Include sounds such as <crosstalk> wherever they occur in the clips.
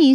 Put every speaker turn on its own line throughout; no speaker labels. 迎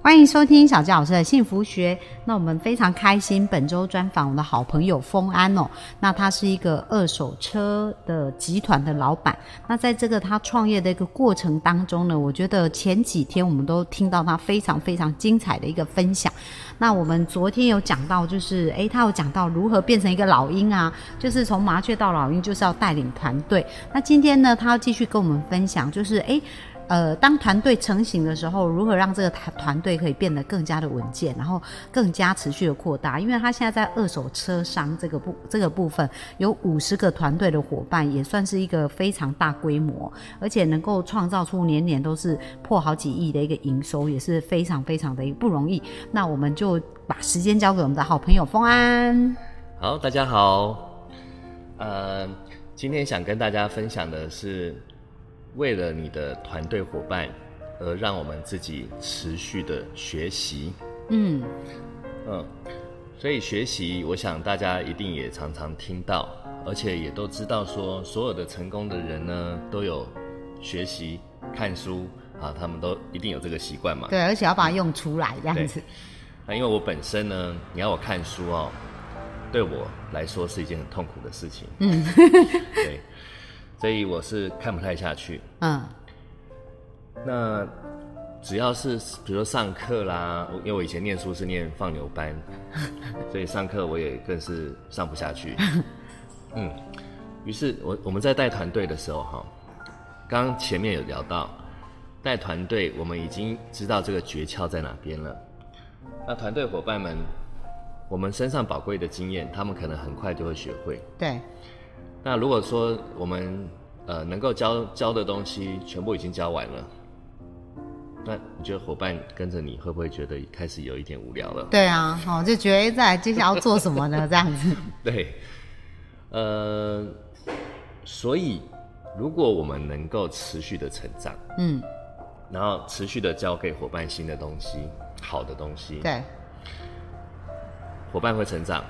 欢迎收听小纪老师的幸福学。那我们非常开心，本周专访我的好朋友丰安哦。那他是一个二手车的集团的老板。那在这个他创业的一个过程当中呢，我觉得前几天我们都听到他非常非常精彩的一个分享。那我们昨天有讲到，就是诶，他有讲到如何变成一个老鹰啊，就是从麻雀到老鹰，就是要带领团队。那今天呢，他要继续跟我们分享，就是诶。呃，当团队成型的时候，如何让这个团团队可以变得更加的稳健，然后更加持续的扩大？因为他现在在二手车商这个部这个部分有五十个团队的伙伴，也算是一个非常大规模，而且能够创造出年年都是破好几亿的一个营收，也是非常非常的不容易。那我们就把时间交给我们的好朋友丰安。
好，大家好。呃，今天想跟大家分享的是，为了你的团队伙伴，而让我们自己持续的学习。
嗯，
嗯，所以学习，我想大家一定也常常听到，而且也都知道说，所有的成功的人呢，都有学习、看书啊，他们都一定有这个习惯嘛。
对，而且要把它用出来这样
对
子。
那因为我本身呢，你要我看书哦，对我来说是一件很痛苦的事情。嗯， <laughs> 对，所以我是看不太下去。
嗯
那只要是比如说上课啦，我因为我以前念书是念放牛班，所以上课我也更是上不下去。嗯，于是我我们在带团队的时候哈，刚刚前面有聊到带团队，我们已经知道这个诀窍在哪边了。那团队伙伴们，我们身上宝贵的经验，他们可能很快就会学会。
对，
那如果说我们呃能够教教的东西全部已经教完了，那你觉得伙伴跟着你会不会觉得开始有一点无聊了？ <laughs>
对啊，哦，就觉得诶再来接下来要做什么呢？这样子。
对，呃，所以如果我们能够持续的成长，
嗯，
然后持续的教给伙伴新的东西、好的东西，
对
伙伴会成长，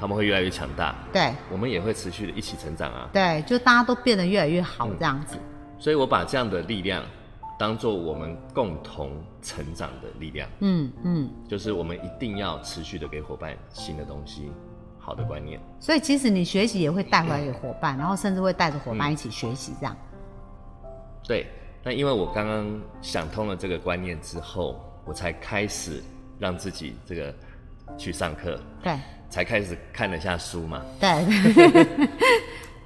他们会越来越强大，
对
我们也会持续的一起成长啊。
对，就大家都变得越来越好
嗯
这样子。
所以我把这样的力量当做我们共同成长的力量，
嗯嗯，
就是我们一定要持续的给伙伴新的东西、好的观念。
所以其实你学习也会带回来给伙伴，然后甚至会带着伙
嗯
伴一起学习这样。
对，那因为我刚刚想通了这个观念之后，我才开始让自己这个去上课，
对
才开始看了一下书嘛。
对
<laughs>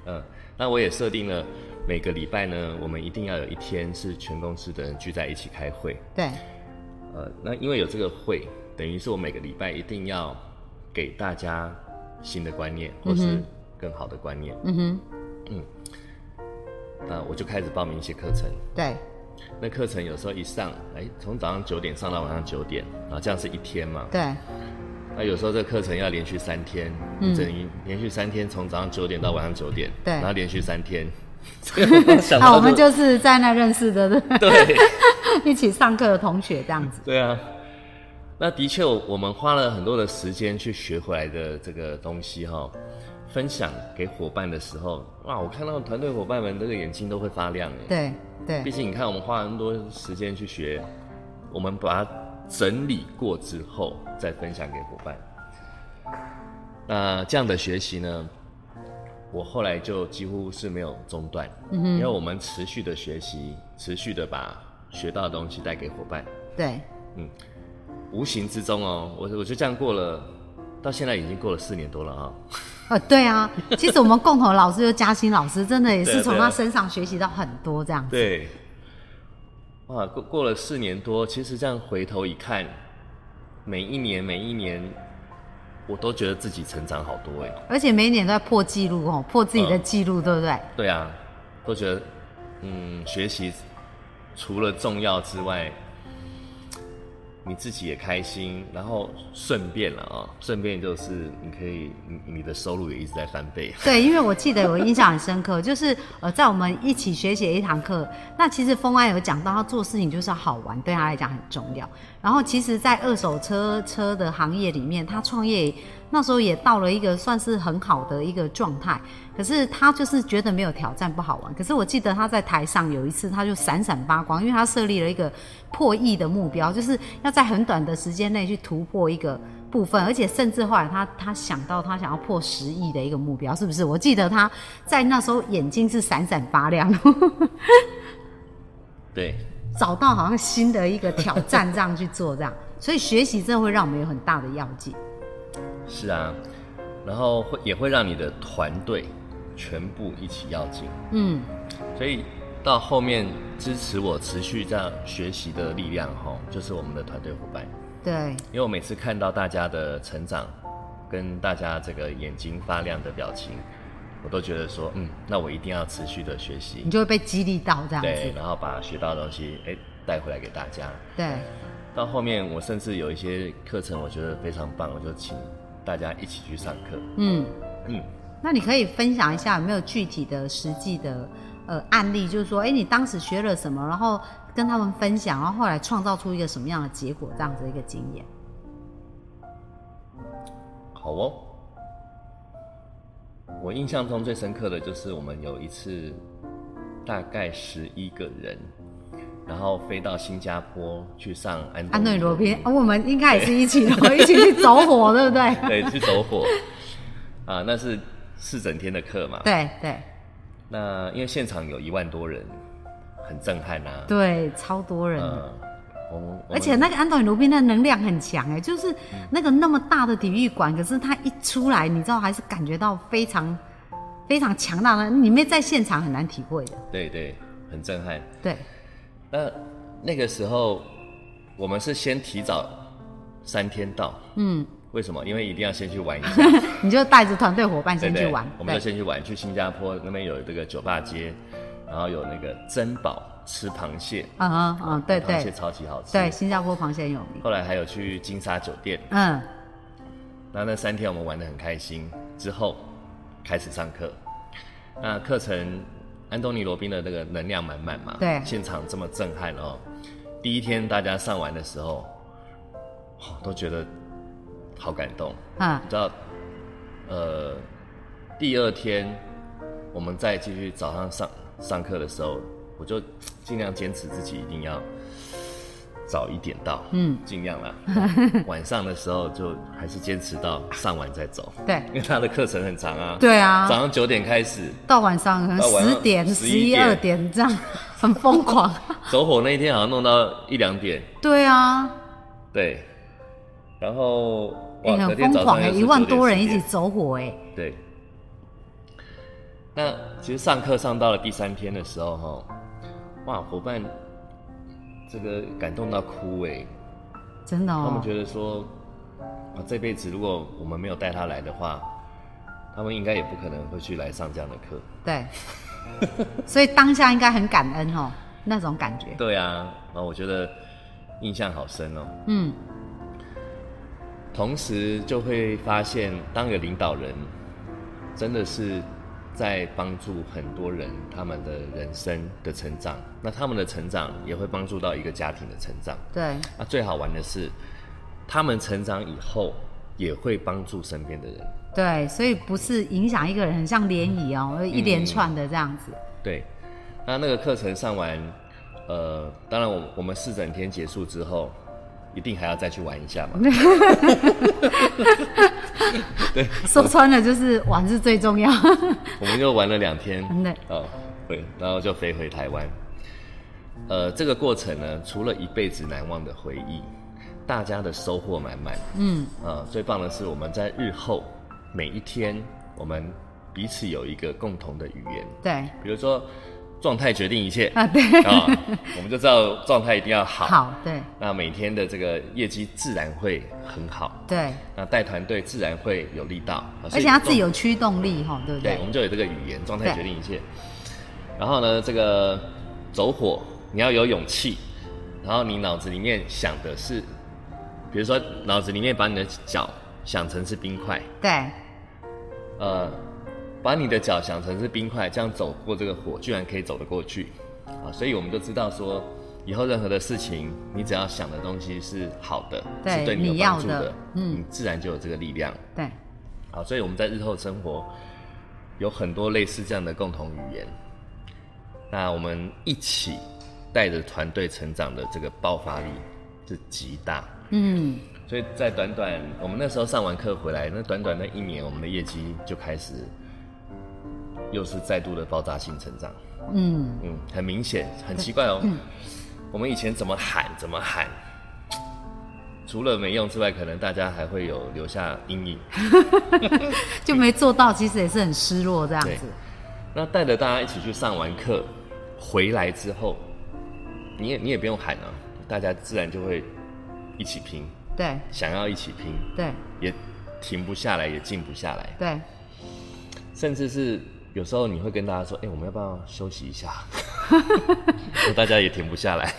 嗯，那我也设定了每个礼拜呢，我们一定要有一天是全公司的人聚在一起开会。
对
呃，那因为有这个会，等于是我每个礼拜一定要给大家新的观念，或是更好的观念。
嗯哼，
那我就开始报名一些课程。
对
那课程有时候一上，哎，从早上九点上到晚上九点，啊，这样是一天嘛。 <laughs>
对
那有时候这个课程要连续三天，你等于连续三天从早上九点到晚上九点，
嗯对
然后连续三天。 <laughs>
<laughs>
这个我想
那
到
我们就是在那认识的， <laughs>
对。
一起上课的同学这样子。
对啊，那的确，我我们花了很多的时间去学回来的这个东西哈、分享给伙伴的时候，哇，我看到团队伙伴们这个眼睛都会发亮哎。
对对
毕竟你看，我们花了那么多时间去学，我们把它整理过之后再分享给伙伴。那这样的学习呢，我后来就几乎是没有中断，因为我们持续的学习，持续的把学到的东西带给伙伴。
对，
无形之中哦，我我就这样过了，到现在已经过了四年多了啊、
呃对啊，其实我们共同的老师就嘉欣老师，真的也
对
是
啊
从
对啊
他身上学习到很多这样子。
对， <laughs> 哇，过过了四年多，其实这样回头一看，每一年每一年，我都觉得自己成长好多哎。
而且每一年都在破纪录哦，破自己的
嗯
纪录，对不对？
对啊，都觉得嗯，学习除了重要之外，你自己也开心，然后顺便了啊、顺便就是你可以你你的收入也一直在翻倍。
对，因为我记得我印象很深刻， <laughs> 就是呃，在我们一起学习的一堂课，那其实峰安有讲到，他做事情就是要好玩，对他来讲很重要。然后其实，在二手车车的行业里面，他创业那时候也到了一个算是很好的一个状态，可是他就是觉得没有挑战不好玩。可是我记得他在台上有一次，他就闪闪发光，因为他设立了一个破亿的目标，就是要在很短的时间内去突破一个。部分，而且甚至后来他他想到他想要破十亿的一个目标，是不是？我记得他在那时候眼睛是闪闪发亮， <laughs>
对，
找到好像新的一个挑战，这样去做这样。所以学习真的会让我们有很大的要解。
是啊，然后会也会让你的团队全部一起要进，
嗯，
所以到后面支持我持续这样学习的力量吼，就是我们的团队伙伴。
对，
因为我每次看到大家的成长，跟大家这个眼睛发亮的表情，我都觉得说，嗯，那我一定要持续的学习
你，就会被激励到这样
对，
子。
然后把学到的东西，哎，带回来给大家。
对，
到后面我甚至有一些课程，我觉得非常棒，我就请大家一起去上课。
嗯，
嗯，
那你可以分享一下有没有具体的实际的呃案例，就是说，哎、你当时学了什么，然后跟他们分享，然后后来创造出一个什么样的结果，这样子的一个经验。
好哦。我印象中最深刻的就是我们有一次，大概十一个人，然后飞到新加坡去上安
安
东
东
尼
尼罗宾，哦我们应该也是一起， <laughs>
<laughs>
然后一起去走火，对不对？
对，去走
<laughs>
火。啊，那是四整天的课嘛。
对对
那因为现场有一万多人，很震撼啊。
对，超多人的。
呃，我们我们
而且那个安东尼罗宾的能量很强哎，就是那个那么大的体育馆，可是他一出来，你知道还是感觉到非常非常强大的，你们在现场很难体会的。
对对，很震撼。
对，
那那个时候，我们是先提早三天到，
嗯，
为什么？因为一定要先去玩
<laughs>
一下，
你就带着团队伙伴
对
先
不
去
对
玩，
我们就
对
先去玩，去新加坡那边有这个酒吧街，然后有那个珍宝吃螃蟹，
嗯嗯嗯，对
啊螃蟹
对
超级好吃。
对，新加坡螃蟹很有名，
后来还有去金沙酒店，
嗯，
那那三天我们玩得很开心，之后开始上课。那课程，安东尼罗宾的那个能量满满嘛，
对
现场这么震撼哦。第一天大家上完的时候，哦都觉得好感动。
嗯
你知道，呃，第二天我们再继续早上上上课的时候，我就尽量坚持自己一定要早一点到，
嗯，
尽量啦。 <laughs> 晚上的时候就还是坚持到上完再走， <laughs>
对
因为他的课程很长啊，、
对啊，
早上九点开始。
到晚上可能
到晚上
十点、
11
十一二点这样， <laughs> 很疯
<laughs>
狂。
走火那一天好像弄到一两点，
对啊，
对，然后
你、
哇，隔
很
天
疯
早
狂
上
哎、
又是
一万
9点
多人一
10点
起走火哎、
对。那其实上课上到了第三天的时候，哈，哇，伙伴这个感动到哭哎、
真的
他
哦
们。觉得说，啊，这辈子如果我们没有带他来的话，他们应该也不可能会去来上这样的课。 <laughs>
对，所以当下应该很感恩哦，那种感觉。
对啊，然后我觉得印象好深哦。
嗯，
同时就会发现，当一个领导人，真的是在帮助很多人他们的人生的成长，那他们的成长也会帮助到一个家庭的成长。
对，
那最好玩的是，他们成长以后也会帮助身边的人。
对，所以不是影响一个人，很像涟漪哦，一连串的这样子。
对，那那个课程上完，呃，当然我我们四整天结束之后，一定还要再去玩一下嘛。
说穿了就是玩是最重要。 <laughs>
我们又玩了两天，
真的
哦，对，然后就飞回台湾。呃，这个过程呢，除了一辈子难忘的回忆，大家的收获满满。
嗯，
呃，最棒的是我们在日后每一天，我们彼此有一个共同的语言，
对，
比如说状态决定一切
啊对，
啊、我们就知道状态一定要好。，
好，对，
那每天的这个业绩自然会很好，
对，
那带团队自然会有力道，啊所
而
以
且他自己
状
有驱动力哈、哦，对不
对，
对
我？们就有这个语言，状态
对
决定一切。然后呢，这个走火，你要有勇气，然后你脑子里面想的是比如说脑子里面把你的脚想成是冰块，
对，
呃，把你的脚想成是冰块，这样走过这个火，居然可以走得过去啊！所以我们都知道说，以后任何的事情，你只要想的东西是好的，
对
是对你有
你要
帮助
的嗯
你自然就有这个力量
对，
啊！所以我们在日后生活有很多类似这样的共同语言，那我们一起带着团队成长的这个爆发力是极大。
嗯，
所以在短短我们那时候上完课回来，那短短那一年，我们的业绩就开始又是再度的爆炸性成长。
嗯，
嗯，很明显，很奇怪哦。我们以前怎么喊怎么喊，除了没用之外，可能大家还会有留下阴影。
就没做到，其实也是很失落这样
对
子。
那带着大家一起去上完课，回来之后，你也你也不用喊啊，大家自然就会一起拼，
对，
想要一起拼，
对，
也停不下来，也静不下来。
对，
甚至是有时候你会跟大家说：“哎、我们要不要休息一下？” <laughs> 然后大家也停不下来，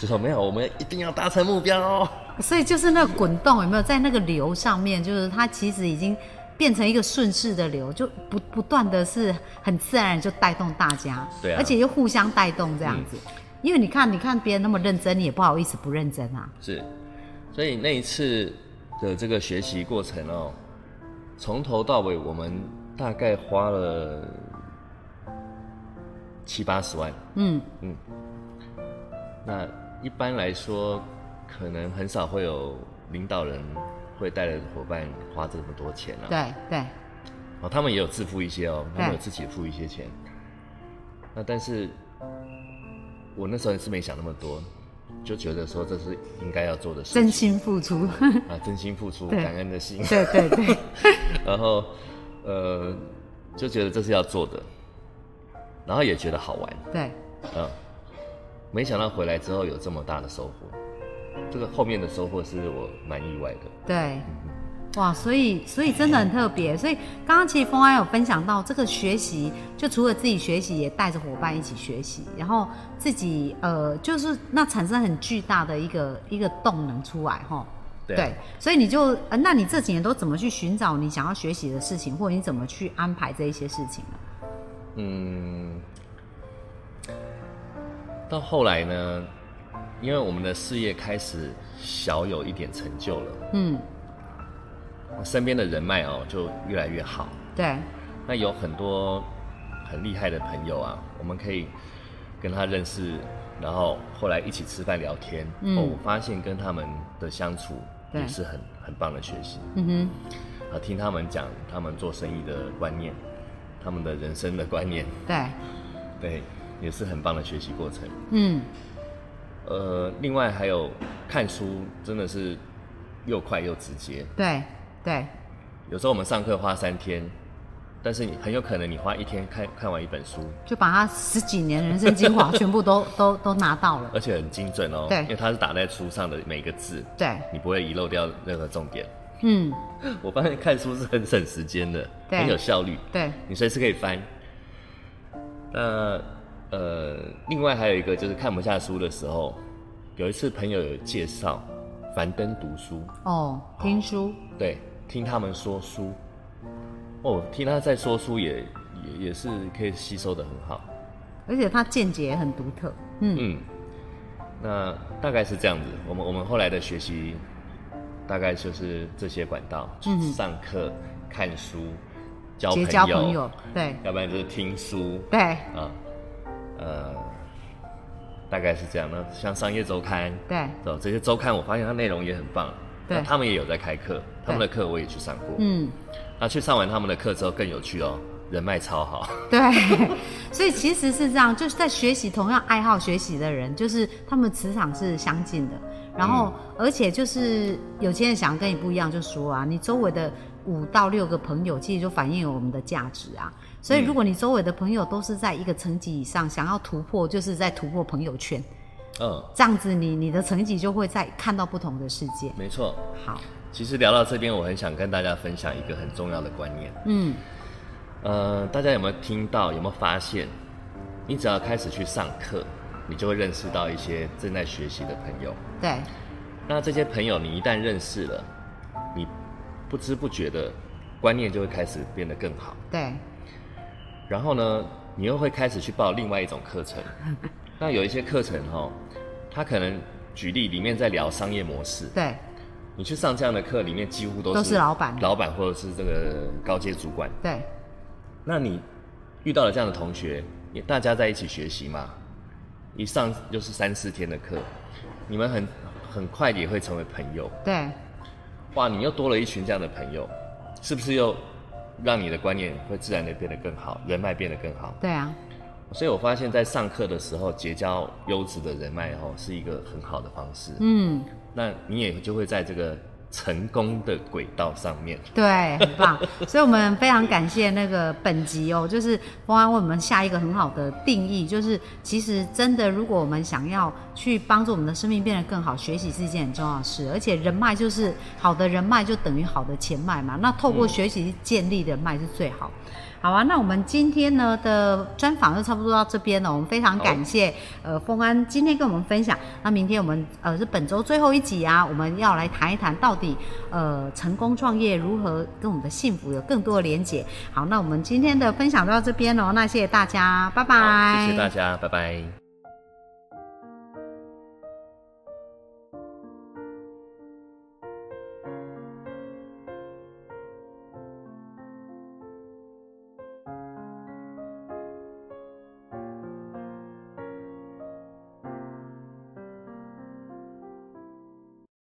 就说：“没有，我们一定要达成目标哦。
所以就是那个滚动有没有在那个流上面，就是它其实已经变成一个顺势的流，就不不断的是很自然地就带动大家，
对啊嗯
而且又互相带动这样子。因为你看，你看别人那么认真，你也不好意思不认真啊。”
是，所以那一次的这个学习过程哦，从头到尾我们大概花了七八十万。
嗯，
那一般来说，可能很少会有领导人会带着伙伴花这么多钱啊。
对对
哦，他们也有自付一些哦，他们
对
有自己付一些钱。那但是，我那时候也是没想那么多，就觉得说这是应该要做的事情，
真心付出， <laughs>
啊，真心付出，
对
感恩的心，
对对对，
<laughs> 然后，呃，就觉得这是要做的，然后也觉得好玩，
对
嗯，没想到回来之后有这么大的收获，这个后面的收获是我蛮意外的，
对，哇，所以所以真的很特别。所以刚刚其实峰安有分享到，这个学习就除了自己学习，也带着伙伴一起学习，然后自己呃，就是那产生很巨大的一个一个动能出来哈。
对啊
所以你就、呃，那你这几年都怎么去寻找你想要学习的事情，或者你怎么去安排这一些事情呢？
嗯，到后来呢，因为我们的事业开始小有一点成就了，
嗯，
那身边的人脉哦就越来越好。
对，
那有很多很厉害的朋友啊，我们可以跟他认识，然后后来一起吃饭聊天。
嗯
哦我发现跟他们的相处
对
也是很很棒的学习。
嗯哼，
啊，听他们讲他们做生意的观念，他们的人生的观念，
对，
对，也是很棒的学习过程。
嗯，
呃，另外还有看书，真的是又快又直接。
对对
有时候我们上课花三天，但是你很有可能你花一天看看完一本书，
就把他十几年人生精华全部都都都拿到了。
而且很精准哦。
对
因为它是打在书上的每个字，
对，
你不会遗漏掉任何重点。 <laughs>
嗯，
我发现看书是很省时间的，
对
很有效率，
对，
你随时可以翻。那呃，另外还有一个就是看不下书的时候，有一次朋友有介绍樊登读书，
哦，听书，
对，听他们说书，哦，听他在说书也也也是可以吸收的很好，
而且他见解也很独特。嗯，
嗯，那大概是这样子。我们我们后来的学习，大概就是这些管道：
嗯
上课、看书、交
结
朋
交
友，
朋友，对
要不然就是听书
对
啊，呃，大概是这样。那像商业周刊，
对，
哦，这些周刊我发现它内容也很棒，
对
那他们也有在开课，他们的课我也去上过，
嗯，
那去上完他们的课之后更有趣哦，人脉超好， <laughs>
对， <laughs> 所以其实是这样，就是在学习同样爱好学习的人，就是他们磁场是相近的，然后、
嗯
而且就是有些人想跟你不一样，就说啊，你周围的五到六个朋友，其实就反映了我们的价值啊。所
嗯
以如果你周围的朋友都是在一个层级以上，想要突破，就是在突破朋友圈，
嗯，
这样子你你的层级就会在看到不同的世界。
没错。
好，
其实聊到这边，我很想跟大家分享一个很重要的观念。
嗯，
呃，大家有没有听到？有没有发现？你只要开始去上课，你就会认识到一些正在学习的朋友。
对，
那这些朋友，你一旦认识了，你不知不觉的观念就会开始变得更好。
对，
然后呢，你又会开始去报另外一种课程。那有一些课程哦，它可能举例里面在聊商业模式，
对，
你去上这样的课，里面几乎都是
都是老板
老板或者是这个高阶主管。
对，
那你遇到了这样的同学，也大家在一起学习嘛，一上就是三四天的课，你们很很快也会成为朋友。
对，
哇，你又多了一群这样的朋友，是不是又让你的观念会自然的变得更好，人脉变得更好？
对啊，
所以我发现，在上课的时候结交优质的人脉哦，是一个很好的方式。
嗯，
那你也就会在这个成功的轨道上面。
对，很棒。所以我们非常感谢那个本集哦，就是汪安为我们下一个很好的定义，就是其实真的，如果我们想要去帮助我们的生命变得更好，学习是一件很重要的事，而且人脉就是好的人脉就等于好的钱脉嘛。那透过学习建立人脉是最好。好啊，那我们今天呢的专访就差不多到这边了。我们非常感谢呃丰安今天跟我们分享。那明天我们呃是本周最后一集啊，我们要来谈一谈到底呃成功创业如何跟我们的幸福有更多的连结。好，那我们今天的分享就到这边喽。那谢谢大家，拜拜。
好，谢谢大家，拜拜。